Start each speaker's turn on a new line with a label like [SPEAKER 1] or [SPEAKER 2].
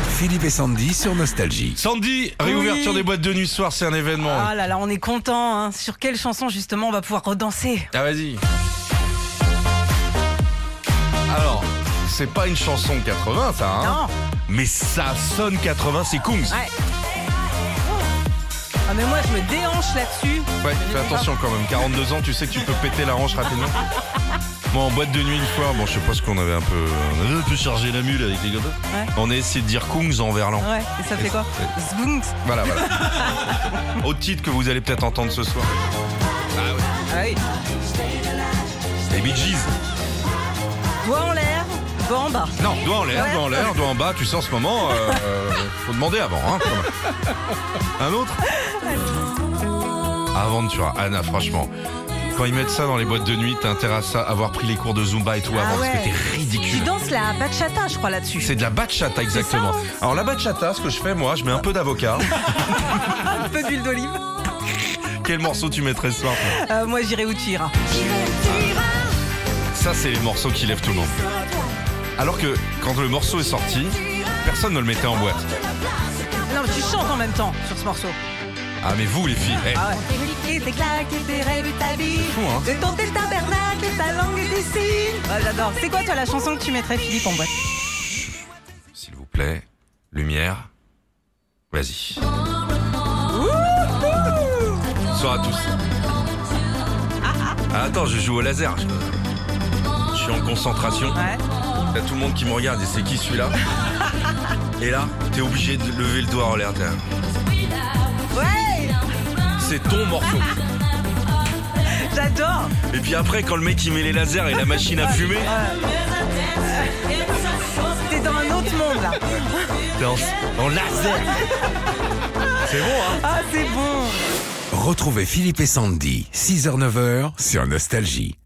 [SPEAKER 1] Philippe et Sandy sur Nostalgie.
[SPEAKER 2] Sandy, réouverture
[SPEAKER 3] Oui.
[SPEAKER 2] des boîtes de nuit ce soir, c'est un événement.
[SPEAKER 3] Ah là là, on est content. hein. Sur quelle chanson justement on va pouvoir redanser
[SPEAKER 2] Ah, vas-y. Alors, c'est pas une chanson 80 ça, hein
[SPEAKER 3] Non.
[SPEAKER 2] Mais ça sonne 80, c'est Kungs.
[SPEAKER 3] Ouais. Ah mais moi je me déhanche là-dessus.
[SPEAKER 2] Ouais, fais attention quand même, 42 ans, tu sais que tu peux péter la hanche rapidement. Moi, en boîte de nuit, une fois, bon, je sais pas ce qu'on avait un peu. On avait un peu chargé la mule avec les gars. On a essayé de dire Kungs en verlan.
[SPEAKER 3] Ouais. Et ça fait quoi Zbunks.
[SPEAKER 2] Voilà, voilà. Au titre que vous allez peut-être entendre ce soir.
[SPEAKER 3] Ah oui.
[SPEAKER 2] Les Bee Gees.
[SPEAKER 3] Doigt en l'air, doigt en bas.
[SPEAKER 2] Non, doigt en l'air,
[SPEAKER 3] Ouais.
[SPEAKER 2] doigt en l'air, doigt en bas, tu sais en ce moment, euh, euh, faut demander avant. Hein, quand même. Un autre Aventura, Anna, franchement. Quand ils mettent ça dans les boîtes de nuit, t'as intérêt à ça, avoir pris les cours de Zumba et tout
[SPEAKER 3] Ah
[SPEAKER 2] avant, parce que
[SPEAKER 3] ouais.
[SPEAKER 2] t'es
[SPEAKER 3] Tu
[SPEAKER 2] ridicule.
[SPEAKER 3] danses la bachata je crois là-dessus.
[SPEAKER 2] C'est de la bachata, exactement.
[SPEAKER 3] ça, hein.
[SPEAKER 2] Alors la bachata, ce que je fais moi, je mets un peu d'avocat.
[SPEAKER 3] Un peu d'huile d'olive.
[SPEAKER 2] Quel morceau tu mettrais ce soir toi
[SPEAKER 3] Euh, moi j'irai où tu iras.
[SPEAKER 2] Ça, c'est les morceaux qui lèvent tout le monde. Alors que quand le morceau est sorti, personne ne le mettait en boîte.
[SPEAKER 3] Non mais tu chantes en même temps sur ce morceau.
[SPEAKER 2] Ah mais vous les filles, eh,
[SPEAKER 3] Ah ouais. Tes claques et tes rêves et ta vie.
[SPEAKER 2] fou, hein.
[SPEAKER 3] De tenter le tabernacle, ta langue et tes signes. Ouais, j'adore. C'est quoi toi la chanson que tu mettrais Philippe en boîte
[SPEAKER 2] S'il vous plaît, lumière. Vas-y. Bonsoir à tous. Ah, attends, je joue au laser. Je- Je suis en concentration.
[SPEAKER 3] Ouais.
[SPEAKER 2] T'as tout le monde qui me regarde et c'est qui celui-là Et là, t'es obligé de lever le doigt en l'air. t'es là.
[SPEAKER 3] Ouais.
[SPEAKER 2] C'est ton morceau.
[SPEAKER 3] J'adore.
[SPEAKER 2] Et puis après, quand le mec il met les lasers et la machine à fumer,
[SPEAKER 3] T'es dans un autre monde là.
[SPEAKER 2] t'es en, en laser. C'est bon, hein
[SPEAKER 3] Ah, c'est bon.
[SPEAKER 1] Retrouvez Philippe et Sandy, 6h-9h sur Nostalgie.